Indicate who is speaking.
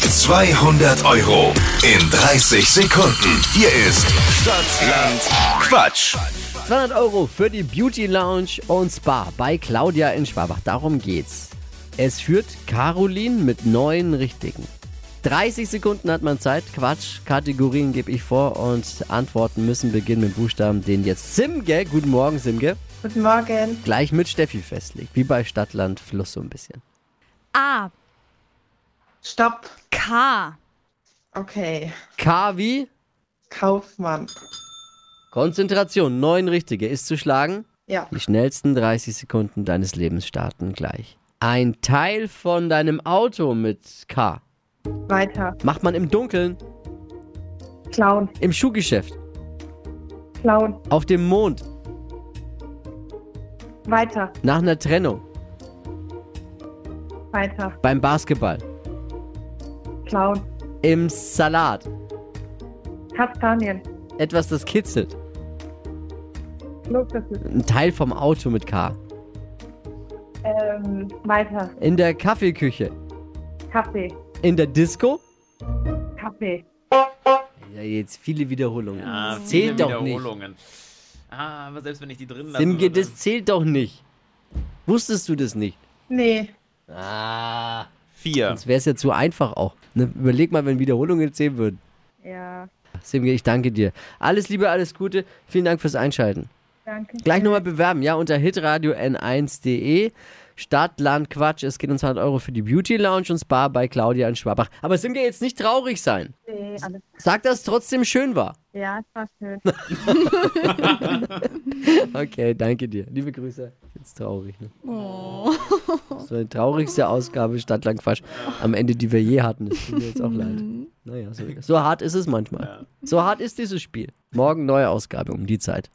Speaker 1: 200 Euro in 30 Sekunden. Hier ist Stadtland Quatsch.
Speaker 2: 200 Euro für die Beauty Lounge und Spa bei Claudia in Schwabach. Darum geht's. Es führt Caroline mit neun Richtigen. 30 Sekunden hat man Zeit. Quatsch. Kategorien gebe ich vor und Antworten müssen beginnen mit Buchstaben, den jetzt Simge, guten Morgen Simge,
Speaker 3: Guten Morgen.
Speaker 2: gleich mit Steffi festlegt. Wie bei Stadtland Fluss so ein bisschen.
Speaker 4: A.
Speaker 3: Stopp.
Speaker 4: K.
Speaker 3: Okay.
Speaker 2: K wie
Speaker 3: Kaufmann.
Speaker 2: Konzentration. Neun Richtige ist zu schlagen.
Speaker 3: Ja.
Speaker 2: Die schnellsten 30 Sekunden deines Lebens starten gleich. Ein Teil von deinem Auto mit K
Speaker 3: Weiter.
Speaker 2: macht man im Dunkeln,
Speaker 3: Clown.
Speaker 2: im Schuhgeschäft,
Speaker 3: Clown.
Speaker 2: auf dem Mond,
Speaker 3: Weiter.
Speaker 2: nach einer Trennung,
Speaker 3: Weiter.
Speaker 2: beim Basketball,
Speaker 3: Clown.
Speaker 2: im Salat,
Speaker 3: Kastanien.
Speaker 2: etwas, das kitzelt.
Speaker 3: Klobüffel.
Speaker 2: Ein Teil vom Auto mit K.
Speaker 3: Ähm, weiter.
Speaker 2: In der Kaffeeküche,
Speaker 3: Kaffee.
Speaker 2: in der Disco.
Speaker 3: Kaffee.
Speaker 2: Ja, jetzt viele Wiederholungen.
Speaker 5: Ja,
Speaker 2: das
Speaker 5: Ah, viele
Speaker 2: zählt doch nicht.
Speaker 5: Wiederholungen. Also, Ah, aber selbst wenn ich die drin lasse.
Speaker 2: Simge,
Speaker 5: würde-
Speaker 2: das zählt doch nicht. Wusstest du das nicht?
Speaker 3: Nee.
Speaker 2: Ah.
Speaker 5: Vier.
Speaker 2: Sonst wäre es ja zu einfach auch. Ne? Überleg mal, wenn Wiederholungen zählen würden.
Speaker 3: Ja.
Speaker 2: Simge, ich danke dir. Alles Liebe, alles Gute. Vielen Dank fürs Einschalten.
Speaker 3: Danke.
Speaker 2: Gleich nochmal bewerben, ja, unter hitradio n1.de. Stadt, Land, Quatsch. Es geht um 200 Euro für die Beauty Lounge und Spa bei Claudia in Schwabach. Aber Simge, jetzt nicht traurig sein.
Speaker 3: Nee, alles.
Speaker 2: Sag, dass es trotzdem schön war.
Speaker 3: Ja, es war schön.
Speaker 2: Okay, danke dir. Liebe Grüße. Jetzt traurig, ne? Das war die traurigste Ausgabe Stadt, Land, Quatsch am Ende, die wir je hatten. Das tut mir jetzt auch leid. Naja, so, so hart ist es manchmal. So hart ist dieses Spiel. Morgen neue Ausgabe um die Zeit.